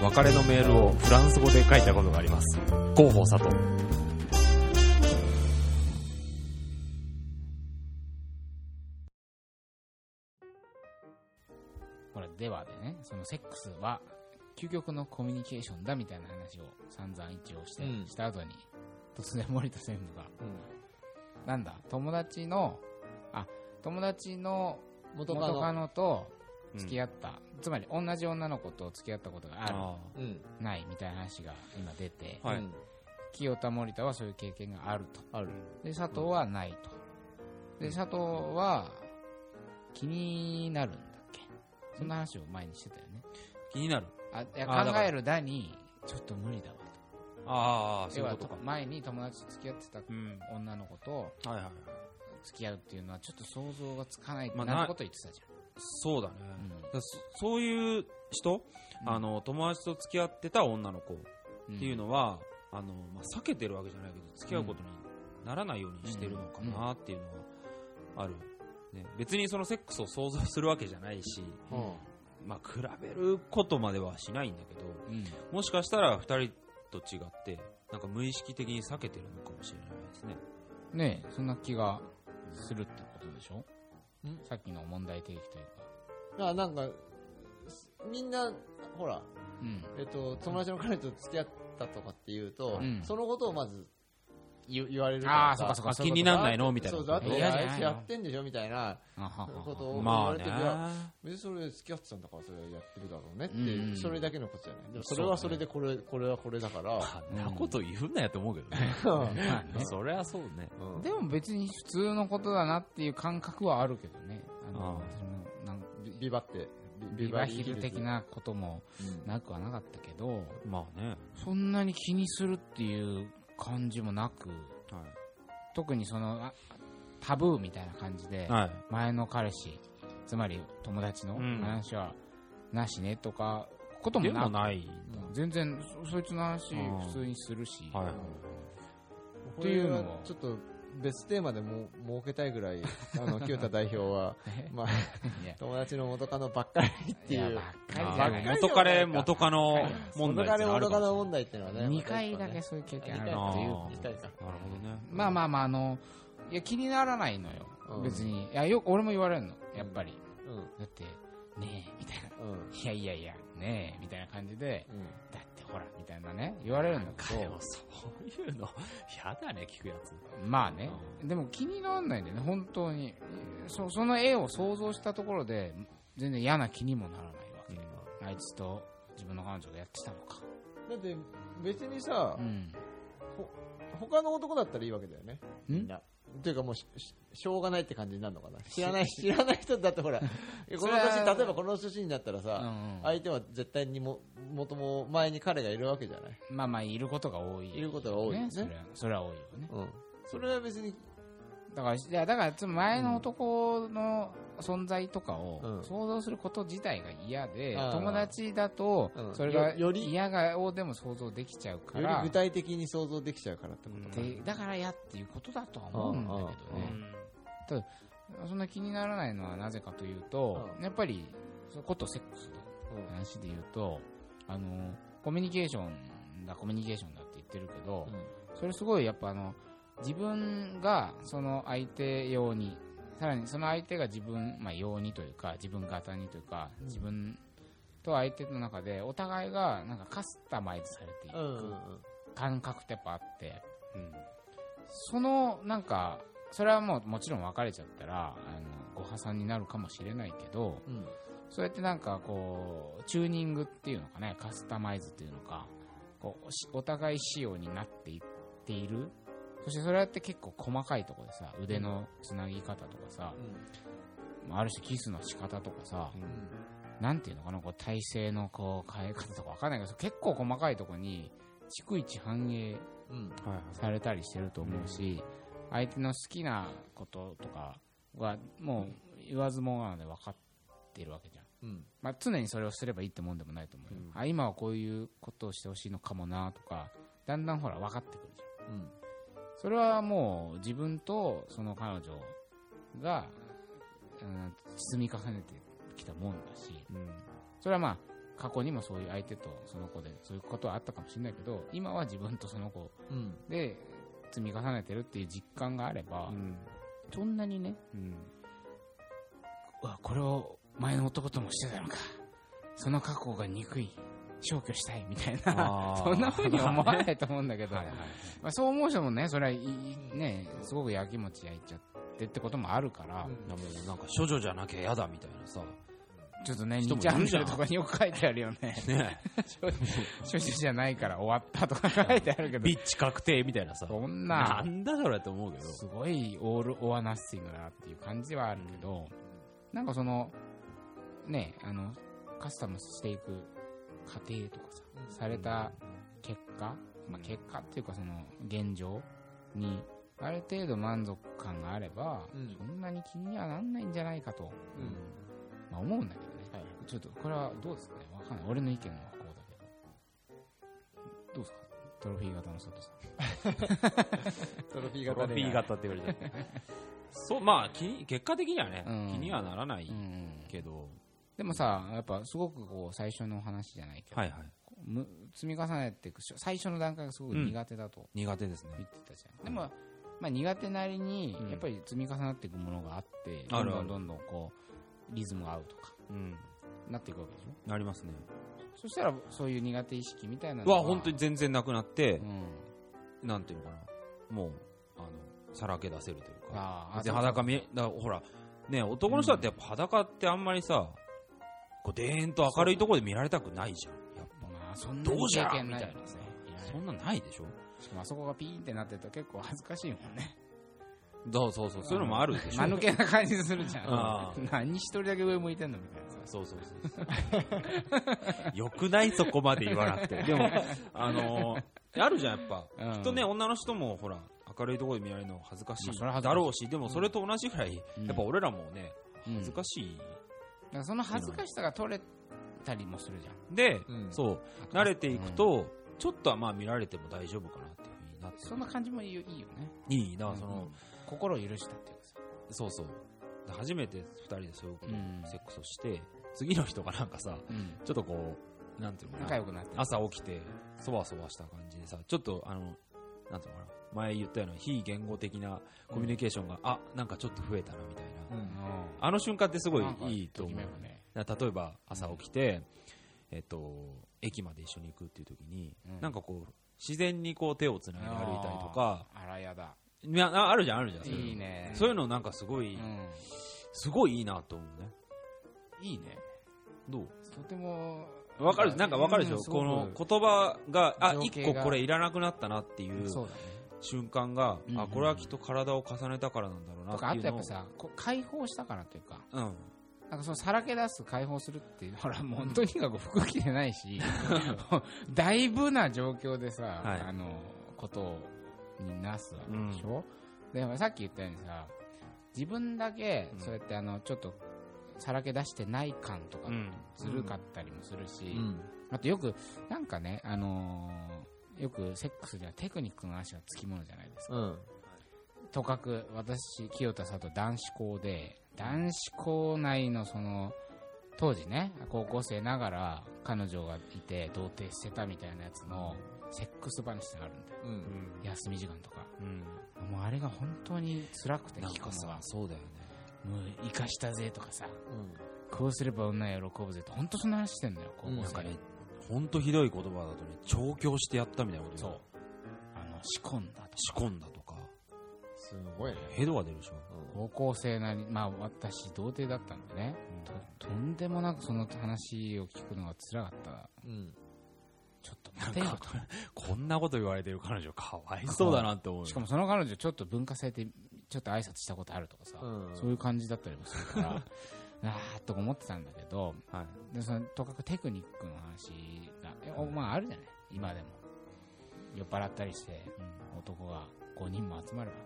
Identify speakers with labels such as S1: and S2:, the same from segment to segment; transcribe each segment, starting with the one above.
S1: 別れのメールをフランス語で書いたことがあります広報佐藤
S2: ほら、ではでね、そのセックスは、究極のコミュニケーションだみたいな話を散々一応して、
S1: うん
S2: した後に、突然森田専務が、なんだ、友達の、あ、友達の
S3: 元
S2: 元
S3: カ
S2: カノ
S3: ノ。
S2: と付き
S1: 合
S2: 合った、つまり同じ女の子と付き合ったことがある、
S1: あ
S3: うん。
S2: ないみたいな話が今出て、
S1: はい
S3: うん
S2: 清田森田はそういう経験があると。
S3: ある。
S2: で、佐藤はないと。で、佐藤は、気になるんだっけそんな話を前にしてたよね。
S1: 気になる
S2: あいや
S1: あーだ
S2: 考
S1: から
S2: えるだに、ちょっと無理だわと。
S1: ああそう
S2: 要
S1: いう
S2: は
S1: ことか
S2: 前に友達と付き合ってた
S1: うん
S2: 女の子と
S1: はいはい
S2: 付き合うっていうのはちょっと想像がつかない
S1: ま
S2: な
S1: あ
S2: ん
S1: な
S2: てこと言ってたじ
S1: そうだね、
S2: ゃん。うん
S1: だそそういう人、あの友達と付き合ってた女の子っ
S2: うん
S1: ていうのは、あのまあ、避けてるわけじゃないけど付き合うことにならないようにしてるのかなっていうのはある、ね、別にそのセックスを想像するわけじゃないし、まあ、比べることまではしないんだけど
S2: うん
S1: もしかしたら2人と違ってなんか無意識的に避けてるのかもしれないですね
S2: ねえそんな気がするってことでしょ
S3: ん
S2: さっきの問題提起というか。
S3: あなんか、みんな、ほら、
S2: うん
S3: えっと、友達の彼と付き合ったとかっていうと、
S2: うん
S3: そのことをまず言言われる
S2: あーそっかそっか
S1: 気になんないのみたいな
S3: そうだって
S2: 嫌じゃないの
S3: あいつやってんでしょみたいな
S2: あはは
S3: こと
S2: は
S3: を言
S1: ま
S3: わ
S1: あ
S3: れ
S1: ね
S3: てる、別にそれで付き合ってたんだからそれはやってるだろうねって、
S2: うん
S3: それだけのことじゃないでもそれはそれでこれこれはこれだから、
S4: んなこと言うなやと思うけどね。
S2: まあね
S4: そりゃそうね。
S3: うん
S2: でも別に普通のことだなっていう感覚はあるけどね。あの
S1: ああ
S2: 私もなん
S3: ビビバって
S2: ビバヒル
S3: ズ
S2: 的なことも
S3: うん
S2: なくはなかったけど、
S1: まあね、
S2: そんなに気にするっていう感じもなく、特にそのあタブーみたいな感じで、
S1: はい、
S2: 前の彼氏つまり友達の
S1: うん
S2: 話はなしねとかことも
S1: で
S2: な
S1: も
S2: く
S1: ない、
S2: 全然そそいつの話
S1: うん
S2: 普通にするし、
S1: はい
S3: これはちょっと別テーマでも儲けたいぐらいあの清田代表 はまあ
S2: いや
S3: 友達の元カノばっかりって
S2: いや
S3: いう
S2: ばっかりじ
S1: あ
S2: ゃ
S3: ばっ
S2: な
S3: か
S2: い
S3: り
S1: 元カレ元カノ問
S3: 元
S1: 題
S3: カ
S1: って
S3: レ
S1: のはある
S3: 元
S1: かも
S3: カ
S1: しれない
S3: ノ問題っていうのはね
S2: 2回だけ
S3: ま
S2: そういう経験あ
S3: た
S2: る
S3: 一
S2: っ
S3: 個
S2: て
S3: ね
S2: い
S1: あ
S2: う
S1: ー
S3: 二回か
S1: なるほどね。
S2: まあまあまああのいや気にならないのよ、
S3: うん
S2: 別にいやよく俺も言われるのやっぱり
S3: うん
S2: だってねえみたいな
S3: うん
S2: いやいやいやねえみたいな感じで
S3: うん
S2: だってほらみたいなね言われるんだけ
S4: で
S2: ど
S4: もそういうの、やだね、聞くやつ。
S2: まあね、でも気にならないんだよね、本当に。そその絵を想像したところで、全然嫌な気にもならないわけ。あいつと自分の彼女がやってたのか。
S3: だって別にさ
S2: うん。
S3: 他の男だったらいいわけだよね
S2: ん
S3: みんなっていうかもうしししょうがないって感じになるのかな知らない知らない人だってほらこの
S2: それは
S3: 年例えばこの年になったら
S2: うん
S3: さ
S2: うん
S3: 相手は絶対にも元も前に彼がいるわけじゃない
S2: まあまあ、いることが多い、
S3: いることが多いよね
S2: それはそれは多いよね。
S3: うんそれは別に
S2: だから、いやだからつまり前の男の存在とかを
S3: うん
S2: 想像すること自体が嫌で、
S3: あー
S2: 友達だと
S3: う、ん
S2: それが
S3: よより
S2: 嫌顔でも想像できちゃうか
S3: より
S2: ら
S3: 具、体的に想像できちゃうからってことか、
S2: でだから嫌っていうことだとは思うんだけどね。そんな気にならないのはなぜかというと、
S3: う
S2: やっぱり、そのことセックスの話で言うと、あの、コミュニケーションだ、コミュニケーションだって言ってるけど、それすごいやっぱあの、自分がその相手用に、さらにその相手が自分、まあ、用にというか、自分型にというか、自分と相手の中で、お互いがなんかカスタマイズされてい
S3: うんうんう
S2: く
S3: ん
S2: 感覚ってやっぱあって、そのなんかそれはもうもちろん別れちゃったらあのご破産になるかもしれないけど
S3: うん
S2: そうやってなんかこうチューニングっていうのかねカスタマイズっていうのかこうしお互い仕様になっていっているそしてそれって結構細かいところでさ腕のつなぎ方とかさまあある種キスの仕方とかさ、なんていうのかな、こう体勢のこう変え方とかわかんないけど、結構細かいとこに、逐一反映
S3: うんうん
S1: はいはい
S2: されたりしてると思うし、相手の好きなこととかはもう言わずもがなで分かってるわけじゃん、
S3: うん
S2: まあ、常にそれをすればいいってもんでもないと思うよ、あ今はこういうことをしてほしいのかもなとかだんだんほら分かってくるじゃん
S3: うん
S2: それはもう自分とその彼女が、うん、積み重ねてきたもんだし、それはまあ過去にもそういう相手とその子でそういうことはあったかもしれないけど今は自分とその子
S3: うん。
S2: で積み重ねてるっていう実感があれば、
S1: うん
S2: そんなにね
S1: うん
S2: うわこれを前の男ともしてたのかその過去が憎い消去したいみたいな
S1: あー
S2: そんな風に思わないと思うんだけど、
S1: はいはい
S2: まあ、そう思う人もねそれはいねすごくやきもち焼いちゃってってこともあるから、
S1: いやもうなんか処女じゃなきゃ嫌だみたいなさ
S2: ちょっとね
S1: 人も
S2: 2
S1: い
S2: チャン
S1: る
S2: ネ
S1: じゃん
S2: ルとかによく書いてあるよ ね
S1: ね
S2: 処女じゃないから終わったとか書いてあるけど
S4: ビッチ確定みたいなさ。
S2: そん
S4: な
S2: なん
S4: だそれって思うけど。
S2: すごいオール・オア・ナッシングだなっていう感じはあるけど、なんかそのねあのカスタムしていく過程とかさ、
S3: うん
S2: された結果、まあ、結果っていうかその現状にある程度満足感があれば、
S3: うん
S2: そんなに気にはなんないんじゃないかと、まあ、思うんだけどね、ちょっとこれはどうですかねわかんない俺の意見はこうだけどどうですかトロフィー型の佐藤さ
S4: ト
S2: ん
S3: トロフィー型
S4: ロフ
S3: で。
S4: ィー型って言われて。
S1: そうまあ気に結果的にはね、
S2: うん
S1: 気にはならない
S2: うん
S1: けど、
S2: でもさやっぱすごくこう最初のお話じゃないけど、
S1: はいはい
S2: む積み重ねていく最初の段階がすごく苦手だと
S1: 苦手ですね
S2: 言ってたじゃん、でも、まあ、苦手なりに
S1: うん
S2: やっぱり積み重なっていくものがあって、
S1: あ
S2: どん
S1: るあ
S2: ど
S1: る
S2: んどんどんこうリズムが合うとか
S1: うん
S2: なっていくわけでし
S1: なりますね
S2: ょそしたらそういう苦手意識みたいなの
S1: は
S2: は
S1: 本当に、全然なくなって
S2: う、ん、
S1: なんていうのかなもうあのさらけ出せるというか
S2: あー
S1: 別に裸見えだほらね男の人だってやっぱ裸ってあんまりさこうでーんと明るいところで見られたくないじゃんやっぱ
S2: まあ、そんな
S1: ど
S2: に
S1: うじゃ
S2: 経験ない
S1: みたいなさそんなんないでしょ
S2: しかもあそこがピーンってなってると結構恥ずかしいもんね
S1: そうそうそうそういうのもあるでしょ
S2: 間抜けな感じするじゃ
S1: あ
S2: ん何一人だけ上向いてんのみたいなさ
S1: そうそうそうそうよくないそこまで言わなくてでもあのーあるじゃんやっぱ
S2: うん
S1: きっとね、女の人もほら明るいところで見られるの恥ずかし
S2: まあそれは恥
S1: い
S2: ず
S1: だ
S2: かしい
S1: ろうし、でもそれと同じぐらい、
S2: うん
S1: やっぱ俺らもね、
S2: うん
S1: 恥ずかしい。
S2: だからその恥ずかしさが取れたりもするじゃん
S1: で、
S3: うん
S1: そう、慣れていくと、ちょっとはまあ見られても大丈夫かなっていうふうになってる
S2: そんな感じもいいよいいよね
S1: いい、だからその、
S2: 心を許したっていうかさ
S1: そうそう。で初めて二人でそういうこと、
S2: うん
S1: セックスをして、次の日とかなんかさ、ちょっとこう、なんていうのか
S2: 仲
S1: な、
S2: 良くなって
S1: 朝起きて、そわそわした感じでさ、ちょっとあの、なんていうのかな、前言ったような非言語的なコミュニケーションが、あ、なんかちょっと増えたなみたいな。
S3: うん。
S1: あの瞬間ってすごい
S2: なんか
S1: いいと思う。
S2: ときめくね
S1: だから例えば朝起きて、えっと、駅まで一緒に行くっていう時に、
S2: うん
S1: なんかこう、自然にこう手をつないで歩いたりとか、
S2: あらやだ
S1: いやああるじゃん、あるじゃん。そういうの
S2: いいね
S1: そういうのなんかすごい、
S2: う
S1: すごいいいなと思うね。
S2: んいいね
S1: どう
S2: とても
S1: わかるなんかわかるでしょ、
S2: うんすご
S1: こ
S2: く
S1: の言葉が、あ、
S2: 情
S1: 一
S2: 景が
S1: 個これいらなくなったなっていう
S2: そうだね
S1: 瞬間が、
S2: うん
S1: あ、これはきっと体を重ねたからなんだろうな
S2: と
S1: っ
S2: かあ
S1: てい
S2: と
S1: う
S2: やっ
S1: のを
S2: ぱ。さこう解放したからというか
S1: うん。
S2: なんかそのさらけ出す解放するっていうほらもうとにかく服着てないし もうだいぶな状況でさ、
S1: はい
S2: あのことになすわけでしょ、でもさっき言ったようにさ自分だけ
S1: うん
S2: そうやってあのちょっとさらけ出してない感とか
S1: うん
S2: ずるかったりもするし、
S3: うん。
S2: あとよくなんかねあのーよくセックスではテクニックの話がつきものじゃないですか
S3: うん。
S2: とかく私清田さんと男子校で男子校内のその当時ね高校生ながら彼女がいて童貞してたみたいなやつのセックス話があるんだよ
S3: うん。
S2: 休み時間とか
S1: うん。
S2: もうあれが本当に辛くて
S1: なん
S2: 聞く
S1: か
S2: の
S1: さ
S2: は、
S1: そうだよね。
S2: もう生かしたぜとかさこうすれば女は喜ぶぜと本当そんな話してんだよ高校
S3: うん
S1: なん
S2: 生
S1: かね、ほんとひどい言葉だとね、調教してやったみたいなこと
S2: そ
S1: 言
S2: うあの仕込んだと
S1: 仕込んだとか、
S3: すごいね。
S1: ヘドが出るでしょ。
S2: 高校生なりまあ私童貞だったんでねととんでもなくその話を聞くのが辛かった
S3: うん。
S2: ちょっと待てよと
S1: こんなこと言われてる彼女かわいそうだなって思うよ。
S2: しかもその彼女ちょっと文化祭でちょっと挨拶したことあるとかさ、
S3: うん
S2: そういう感じだったりもするから あーっとか思ってたんだけど
S1: はい。
S2: でそのとかくテクニックの話がえおまああるじゃない今でも酔っ払ったりして、男が5人も集まれば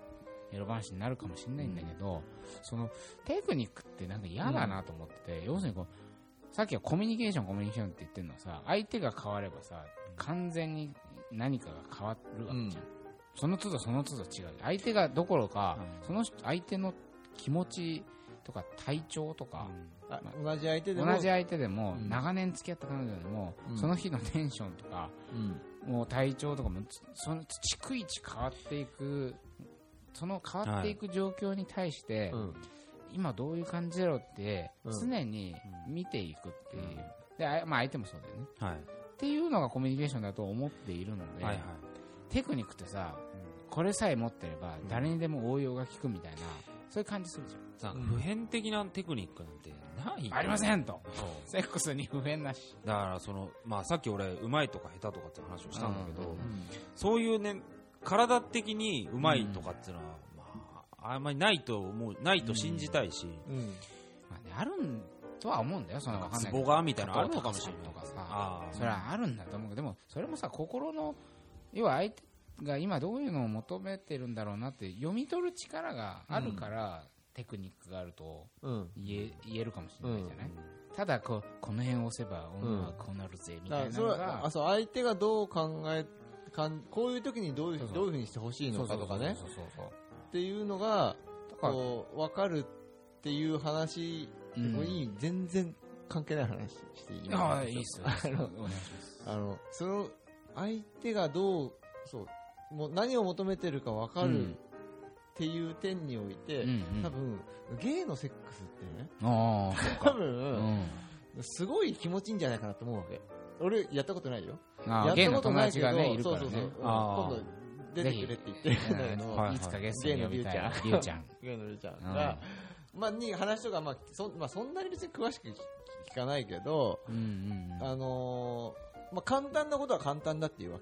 S2: エロ話になるかもしれないんだけど、そのテクニックってなんか嫌だなと思ってて、要するにこうさっきはコミュニケーションコミュニケーションって言ってるのはさ相手が変わればさ完全に何かが変わるわけじゃん、その都度その都度違う相手がどころか、
S1: うん
S2: その人相手の気持ちとか体調とか、
S3: あ同じ相手で
S2: 同
S3: も
S2: じ相手でも、
S3: うん
S2: 長年付き合った彼女でも、
S3: うん
S2: その日のテンションとか
S3: うん
S2: もう体調とかもつその逐一変わっていくその変わっていく状況に対して、
S3: うん
S2: 今どういう感じだろうって
S3: うん
S2: 常に見ていくっていう、であまあ、相手もそうだよね
S1: はい
S2: っていうのがコミュニケーションだと思っているので、
S1: はいはい
S2: テクニックってさ、これさえ持ってれば誰にでも応用が効くみたいな、そういう感じするじゃ
S1: さ普遍的なテクニックなんてない
S2: ん。ありませ
S1: ん
S2: んと。セックスに不便なし。
S1: だからその、まあ、さっき俺うまいとか下手とかって話をしたんだけど、
S2: うん
S1: そういうね体的にうまいとかっていうのは、まあ、あんまりないと思うないと信じたいし、
S3: うん
S2: まあね、あるんとは思うんだよ、そのわかんないけ
S1: ツ
S2: ど。
S1: ボがみたいなのあるのかもしれない
S2: とかさ、
S1: あ
S2: それはあるんだと思うけど、でもそれもさ、心の、要は相手が今どういうのを求めてるんだろうなって読み取る力があるから、テクニックがあると
S3: うん
S2: 言え言えるかもしれないじゃない、
S1: うん
S2: ただこう、この辺を押せば女はこうなるぜ、み
S3: だ
S2: た
S3: か
S2: いな
S3: らそ
S2: の
S3: れ
S2: が、
S3: はあそう相手がどう考えかんこういう時にどういう
S2: そうそう
S3: どういうふうにしてほしいのかとかね
S2: そうそうそう
S3: っていうのが
S2: そうだから
S3: こう分かるっていう話
S2: うん
S3: に全然関係ない話していい
S2: ああ、いいっすよ。お願いします。
S3: あのその相手がどうそうもう何を求めてるか分かるっていう点において、
S2: うんうん
S3: 多分ゲイのセックスってね
S2: ああ、
S3: 多
S2: う
S3: 分、
S2: ん。
S3: すごい気持ちいいんじゃないかなと思うわけ俺やったことないよ
S2: ああ、ゲイの友達がね、いるか
S3: そう
S2: ら
S3: そうそう
S2: ね
S3: うん。
S1: あ
S3: 今
S1: ー
S3: 度出てくれって 言ってるんだけど、
S1: はい
S2: いつかゲストに呼びたいな、
S3: ゲイ
S2: リュウ
S3: のリュウ
S2: ち
S3: ち
S2: ゃん。
S3: ゲイのりちゃんが、まあ、に話とか、まあそまあ、そんなに別に詳しく聞聞かないけど、
S2: うんうんうん。はい
S3: あのーまあ、簡単なことは簡単だっていうわ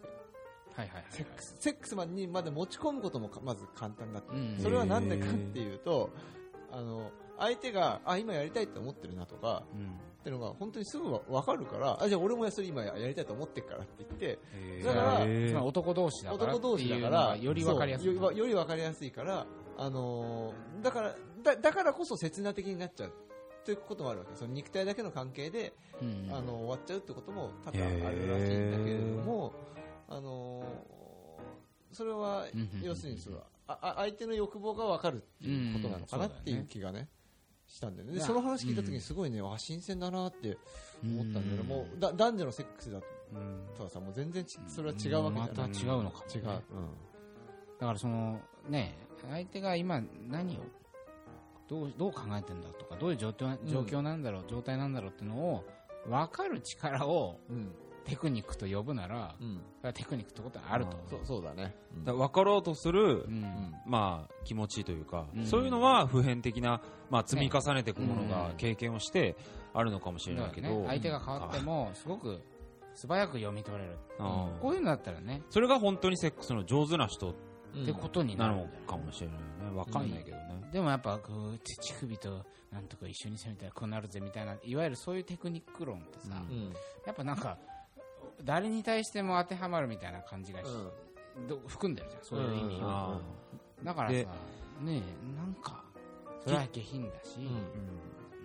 S3: け
S2: はいはい。
S3: セックスセックスまでにまで持ち込むこともかまず簡単だって
S2: うんうん
S3: それはなんでかっていうとあの相手があ今やりたいって思ってるなとか
S1: うん
S3: っていうのが本当にすぐわ分かるからあじゃあ俺もそれ今やりたいと思ってるからって言って
S1: へー
S3: だから
S1: へー
S2: まあ男同士だから。
S3: 男同士だから
S2: よりわかりやすい。
S3: そうよりより分かりやすいから、あのーだからだだからこそ刹那的になっちゃうということもあるわけその肉体だけの関係で、
S2: うん
S3: あの終わっちゃうってことも多々あるらしいんだけれども、あのーそれは
S2: うんうんうんうん
S3: 要するにそのああ相手の欲望が分かるっていうことなのかなっていう気がね。したんだよねで
S2: まあ
S3: その話聞いた時にすごいね、わ新鮮だなって思ったんだよね、
S2: うん
S3: もうだ男女のセックスだ
S1: うん
S3: とはさもう全然ちそれは違うわけじゃない、
S2: また違うのか。
S3: 違う、うん。
S2: だからその、ね、相手が今何を、どう、どう考えてんだとか、どういう状況、
S3: ん
S2: 状況なんだろう、状態なんだろうってのを、分かる力を
S3: うん。
S2: テクニックと呼ぶなら、
S3: うん。
S2: それはテクニックってことはあると。
S3: そう、そうだね。
S1: だから分かろうとする、
S2: うん。
S1: まあ、気持ちというか、
S2: うん
S1: そういうのは普遍的な、まあ、積み重ねていくもの
S2: ね
S1: が
S2: うん
S1: 経験をしてあるのかもしれないけど、
S2: だからね、相手が変わってもすごく素早く読み取れる
S1: あー
S2: こういうのだったらね、
S1: それが本当にセックスの上手な人
S2: ってことに
S1: な
S2: なるん
S1: の
S2: だよ
S1: かもしれないよね分かんないけどね、
S2: でもやっぱこう手乳首となんとか一緒に攻めたらこうなるぜみたいないわゆるそういうテクニック論ってさ、
S1: うん
S3: うん。
S2: やっぱなんか誰に対しても当てはまるみたいな感じがし、ど含んでるじゃんそういう意味
S3: うん
S2: を、
S1: あ
S2: だからさ
S1: で
S2: ねえなんかそれは下品だし、
S3: うん
S1: ーうん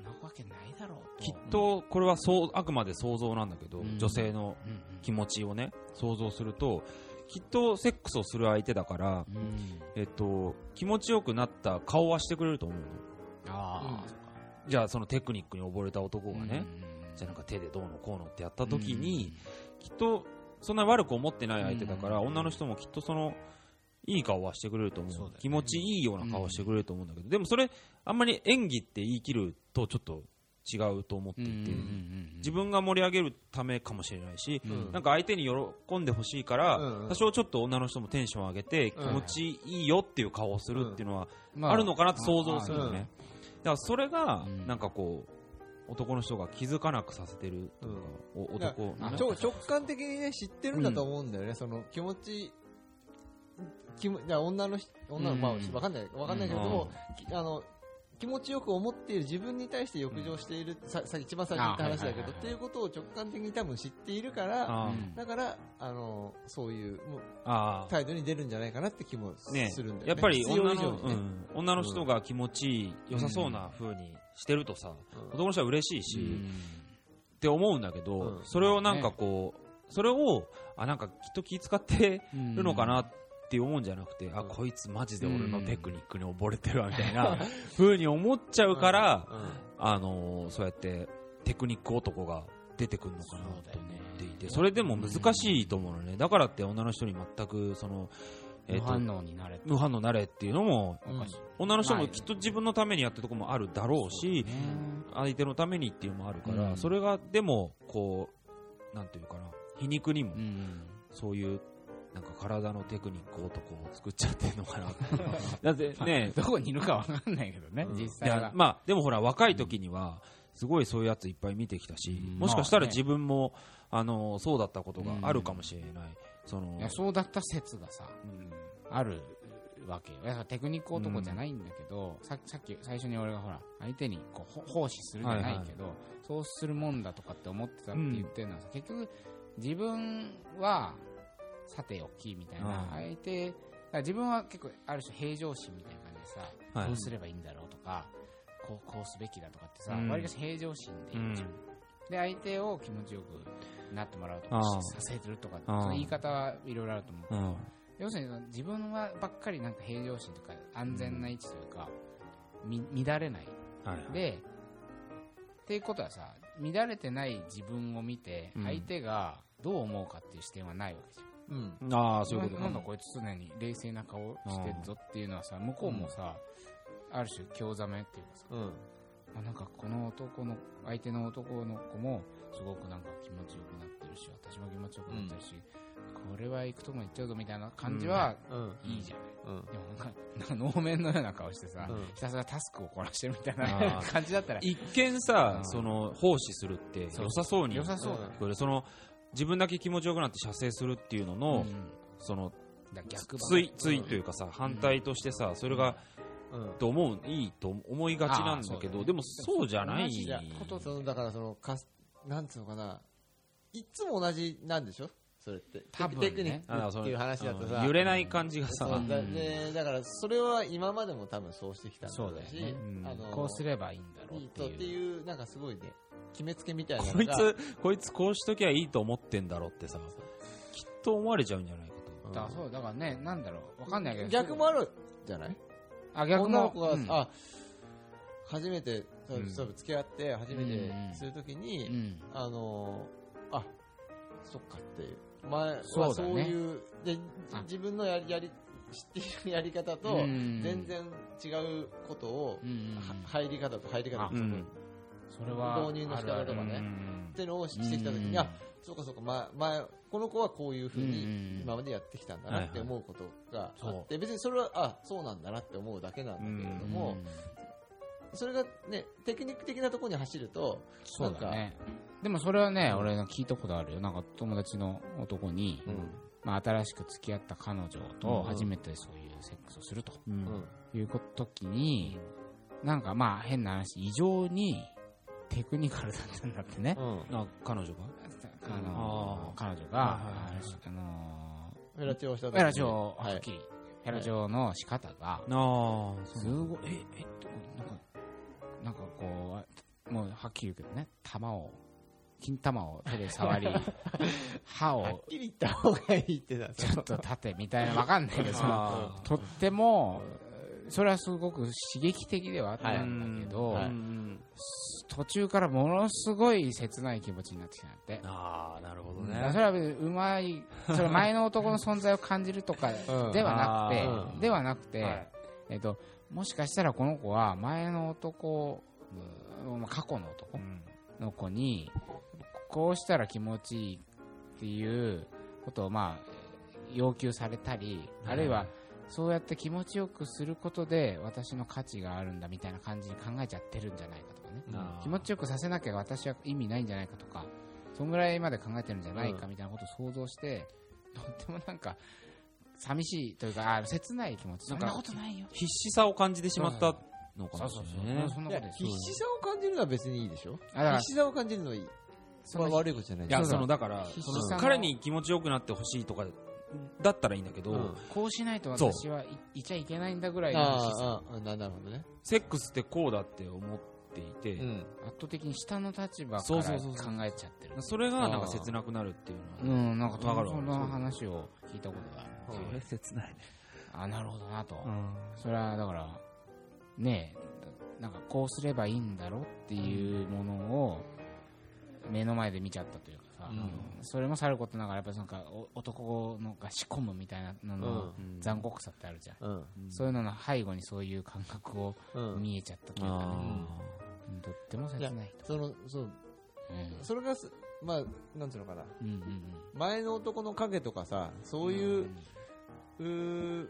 S2: なわけないだろうと
S1: きっとこれはそうあくまで想像なんだけど、
S2: うん
S1: 女性の
S2: うん
S1: 気持ちをね想像するときっとセックスをする相手だから、
S2: うん、うん
S1: えっと、気持ちよくなった顔はしてくれると思うの
S2: ああ、
S3: うん
S2: そっか
S1: じゃあそのテクニックに溺れた男がね、
S2: うん
S1: じゃあなんか手でどうのこうのってやった時に、きっとそんなに悪く思ってない相手だから、
S2: うん
S1: 女の人もきっとそのいい顔はしてくれると思う
S2: そうだよね
S1: 気持ちいいような顔はしてくれると思うんだけど、でもそれあんまり演技って言い切るとちょっと違うと思っていて、自分が盛り上げるためかもしれないし、
S3: うん
S1: なんか相手に喜んでほしいから、
S3: うんうん
S1: 多少ちょっと女の人もテンション上げて気
S3: うん
S1: 持ちいいよっていう顔をするっていうのは
S2: 分
S1: あるのかなって想像するよ
S3: まあ
S1: ね、だからそれが
S2: うん
S1: なんかこう男の人が気づかなくさせてるというか、お
S3: だ
S1: 男
S2: あ
S1: のね
S3: ちょ直感的にね、知ってるんだと思うんだよね、その気持ち、気もじゃあ女の人、女
S2: う
S3: の、
S2: ん
S3: まあ、わかんない、わかんないけれども、きあの、気持ちよく思っている自分に対して欲情している、ささ一番最初に言った話だけ
S2: あはいはいはい
S3: ど、っていうことを直感的に多分知っているから、
S1: あ
S2: うん
S3: だから、あの、そういうもう
S1: あ
S3: 態度に出るんじゃないかなって気もす
S1: ね
S3: するんだよね。
S1: やっぱり
S3: 必要
S1: 女
S3: 以上
S1: の,、
S3: にね
S1: うん、女の人が気持ちいい良さそうな風にしてるとさ、男の人は嬉しいし、って思うんだけど、
S3: うん
S1: それをなんかこう、それをあなんかきっと気使ってるのかなっって思うんじゃなくて、あ、
S3: うん
S1: こいつマジで俺のテクニックに溺れてるわ、みたいな、 風に思っちゃうから、あのーそうやってテクニック男が出てくるのかな
S2: そうだ
S1: と
S2: よ
S1: 思
S2: ね
S1: っていて、それでも難しいと思うのね。だからって女の人に全く、その、えっ、
S2: 無
S1: と、
S2: 反応になれて
S1: 無反応なれっていうのも、
S3: うん
S2: おかしい
S1: 女の人
S2: な
S1: も
S2: い
S1: きっと自分のためにやってるとこもあるだろうし、
S2: ね
S1: 相手のためにっていうのもあるから、
S2: うん
S1: それがでもこうなんていうかな皮肉にも
S2: うん
S1: そういうなんか体のテクニック男を作っちゃってるのかなってだってね
S2: どこにいるかわかんないけどね、
S3: う ん
S2: 実
S1: い
S2: 際
S1: や
S2: は、
S1: まあでもほら若い時にはすごいそういうやついっぱい見てきたし、
S4: うん
S1: もしかしたら
S2: まあね
S1: 自分も、あのそうだったことがあるかもしれない、その
S2: いやそうだった説がさ
S1: うん
S2: あるわけよだからテクニック男じゃないんだけど、ささっき最初に俺がほら相手にこうほ奉仕するじゃないけど、そうするもんだとかって思ってたって言ってるのはさ、結局自分はさておきみたいな、
S1: うん
S2: 相手だから自分は結構ある種平常心みたいな感じでさ、
S1: はい
S2: こうすればいいんだろうとかこうこうすべきだとかってさ、
S1: うん
S2: 割かし平常心で言うじゃんで相手を気持ちよくなってもらうとか
S1: ああ
S2: させるとかって
S1: ああ
S2: その言い方はいろいろあると思う
S1: うん
S2: 要するに自分はばっかりなんか平常心とか安全な位置というか、み乱れない
S1: はいはい
S2: でっていうことはさ乱れてない自分を見て
S1: うん
S2: 相手がどう思うかっていう視点はないわけじゃん、
S3: うん。
S1: ああそういうこと
S2: な
S1: か
S2: んかこいつ常に冷静な顔してるぞっていうのはさ向こうもさ、ある種興ざめっていうかさ
S3: うん。
S2: あなんかこの男の相手の男の子もすごくなんか気持ちよくなってるし私も気持ちよくなってるし、これは行くとも行っちゃうぞみたいな感じは
S3: うん。
S2: いいじゃない、
S3: うん。
S2: でもなんか能面のような顔してさ、
S3: うん
S2: ひたすらタスクをこなしてるみたい
S1: あ
S2: な
S1: ー
S2: 感じだったら
S1: 一見さ
S2: うん
S1: その奉仕するって良さそうに
S2: 良さそうだね、
S1: これその自分だけ気持ちよくなって射精するっていうのの、
S2: うん
S1: その
S2: だから逆張
S1: ついついというかさ、反対としてさそれが
S3: うん。
S1: と思ういいと思いがちなんだけど
S2: あーそうだね
S1: でもそうじゃない
S2: 同じだこと
S3: そのだからそのかすなんつうのかないっつも同じなんでしょそれって
S2: 多分ね
S3: テクニッ
S1: あー
S3: ク
S1: そ
S3: っ
S1: の
S3: ていう話だとさ、
S1: うん揺れない感じがさ、
S3: そううんだでだからそれは今までも多分そうしてきたんだろうし
S2: そうだよね
S1: うん
S3: あの
S2: こうすればいいんだろう
S3: いい
S2: って
S3: とっ
S2: いう
S3: ていうなんかすごいね決めつけみたいなのが
S1: こいつこいつこうしときゃいいと思ってんだろってさきっと思われちゃうんじゃないか
S3: うん
S2: だからそうだからねなんだろうわかんないけど
S3: 逆もあるじゃない
S2: あ逆も
S3: 女の子が、
S2: うん
S3: あ初めてそう
S2: うん
S3: そう付き合って初め
S2: う
S3: て
S2: んうん
S3: するとき
S2: う
S3: に、
S2: ん
S3: あのーあそっかっていう前は
S2: そう
S3: そ
S2: だね
S3: ういうで
S2: あ
S3: 自分のやりやり知っているや り方と
S2: うん
S3: 全然違うことを、
S2: うんうんうん
S3: は入り方と入り方
S2: あ
S3: と
S1: と、うん
S2: それは
S3: 導入の仕方とかね
S2: あるある
S3: っていうのをしてきたとき
S2: うん
S3: にあそうかそうか、ま、前この子はこういうふう
S2: うんうん
S3: に今までやってきたんだなって思うことがあって別にそれはあそうなんだなって思うだけなんだけれども
S2: ん
S3: それがねテクニック的なところに走ると
S2: そうだねでもそれはね、俺の聞いたことあるよなんか友達の男に、まあ、新しく付き合った彼女
S3: うんう
S2: と
S3: ん
S2: 初めてそういうセックスをすると
S1: うん
S3: うん
S2: いう時に、なんかまあ変な話異常にテクニカルだったんだってね、
S3: うん
S1: あ彼女が
S2: あ
S1: あ
S2: の
S1: ー
S2: 彼女
S1: は
S2: が、
S1: いはいはい
S2: あの
S3: フェラチオをした
S2: ー
S3: 時
S2: フェ
S3: に
S2: ラジオ
S3: は
S2: はっ
S3: い
S2: きり、フェラジオの仕方が
S1: ああ
S2: すごいええっとなんかなんかこうもうはっきり言うけどね玉を金玉を手で 触り歯
S3: はっ
S2: を
S3: きり言った方がいいってな
S2: ちょっと立てみたいなわかんないけどその
S1: あ
S2: とってもそれはすごく刺激的ではあったんだけど、
S1: ー
S3: はい
S1: うん
S2: 途中からものすごい切ない気持ちになってきたんだって。
S1: ああなるほど
S2: だ
S1: ね
S2: からそれは別にう まい、それ前の男の存在を感じるとか
S3: うん
S2: ではなくて、
S1: あー
S2: ではなくて、
S1: はい
S2: えっと、もしかしたらこの子は前の男、うんまあ過去の男
S1: うん
S2: の子に、こうしたら気持ちいいっていうことをまあ、要求されたり、あるいは、そうやって気持ちよくすることで私の価値があるんだみたいな感じに考えちゃってるんじゃないかとかね
S1: あー
S2: 気持ちよくさせなきゃ私は意味ないんじゃないかとかそんぐらいまで考えてるんじゃないかみたいなことを想像して、とってもなんか寂しいというかあー切ない気持ちそ
S1: なんん
S2: な
S1: か
S2: ことないよ
S1: 必死さを感じてしまったのか
S2: そ
S1: も
S2: う
S1: し
S2: そうそう、
S1: れないね
S2: そんなこ
S3: 必
S2: とです
S3: 死さを感じるのは別にいいでしょ
S2: あだから
S3: 必死さを感じるのはいい
S2: そ
S3: これ
S2: の
S3: は悪いことじゃない
S1: い
S3: じゃ
S1: や
S3: ん
S2: そうだ
S1: そのだから
S2: 必死
S1: その
S2: さの
S1: 彼に気持ちよくなってほしいとかだったらいいんだけど、
S3: うん
S2: こうしないと私はいいちゃいけないんだぐらいの必死さ
S3: あーあーななるほどね
S1: セックスってこうだって思っっていて、
S3: うん。
S2: 圧倒的に下の立場か
S1: そう
S2: ら
S1: そ
S2: 考
S1: うそうそう
S2: えちゃってる
S1: それがなんか切なくなるっていう
S2: う
S1: のは、
S2: んなんか
S1: わかる
S2: そんな話を聞いたことがある
S1: それ切ないね、
S2: あなるほどなと、
S1: うん
S2: それはだからねえなんかこうすればいいんだろっていうものを目の前で見ちゃったというかさ、
S3: うん
S2: それもさることながらやっぱなんかお男のが仕込むみたいなのの
S1: うん
S2: 残酷さってあるじゃん、
S3: うん。
S2: そういうのの背後にそういう感覚を
S3: うん。
S2: 見えちゃったというかね、
S1: あ
S2: うんとっても切ないと
S3: その、そう、それがす、まあ、なんつうのかな。
S2: うんうんうんうん
S3: 前の男の影とかさ、そういう、うー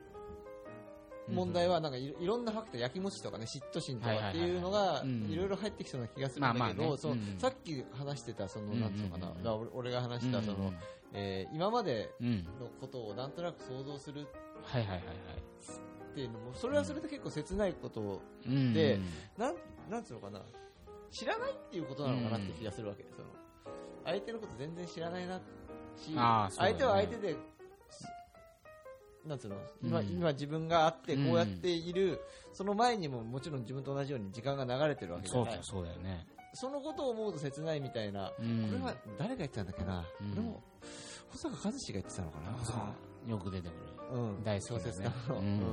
S3: 問題は、なんかいろいろんなファクター、やきもちとかね、嫉妬心とかっていうの
S2: はいはいはいは
S3: が
S2: いうん、
S3: いろいろ入ってきそうな気がするん
S2: まあ
S3: だ
S2: まあ
S3: け
S2: ね
S3: ど、そう
S2: うん
S3: さっき話してた、その、
S2: うん
S3: なんつうのかな、
S2: うん
S3: だから俺俺が話した、その、、えー今まで
S2: うんうんうん、
S3: のことをなんとなく想像する
S2: はいはいはいは
S3: っていうのも、それはそれで結構切ないことを、
S2: いうん
S3: で
S2: うん
S3: なん、なんつうのかな、知らないっていうことなのかなって気がするわけで、その、相手のこと全然知らないな、し、
S2: あーそうだ
S3: 相
S2: ね
S3: 手は相手で、なんつうの、今、
S2: うん
S3: 今自分があって、
S2: うん
S3: こうやっている、その前にももちろん自分と同じように時間が流れてるわけじ
S2: そ
S3: ゃ
S2: う
S3: な
S2: だ
S3: い
S2: よ。そうだよね、
S3: そのことを思うと切ないみたいな、
S2: うん、
S3: これは誰が言ってたんだっけな、
S2: うん
S3: これも、保坂和志が言ってたのか
S2: あ
S3: な。
S2: よく出てく
S3: うん、
S2: 大好きだ
S3: 小
S2: ね
S3: 説家の、
S2: う
S3: うんん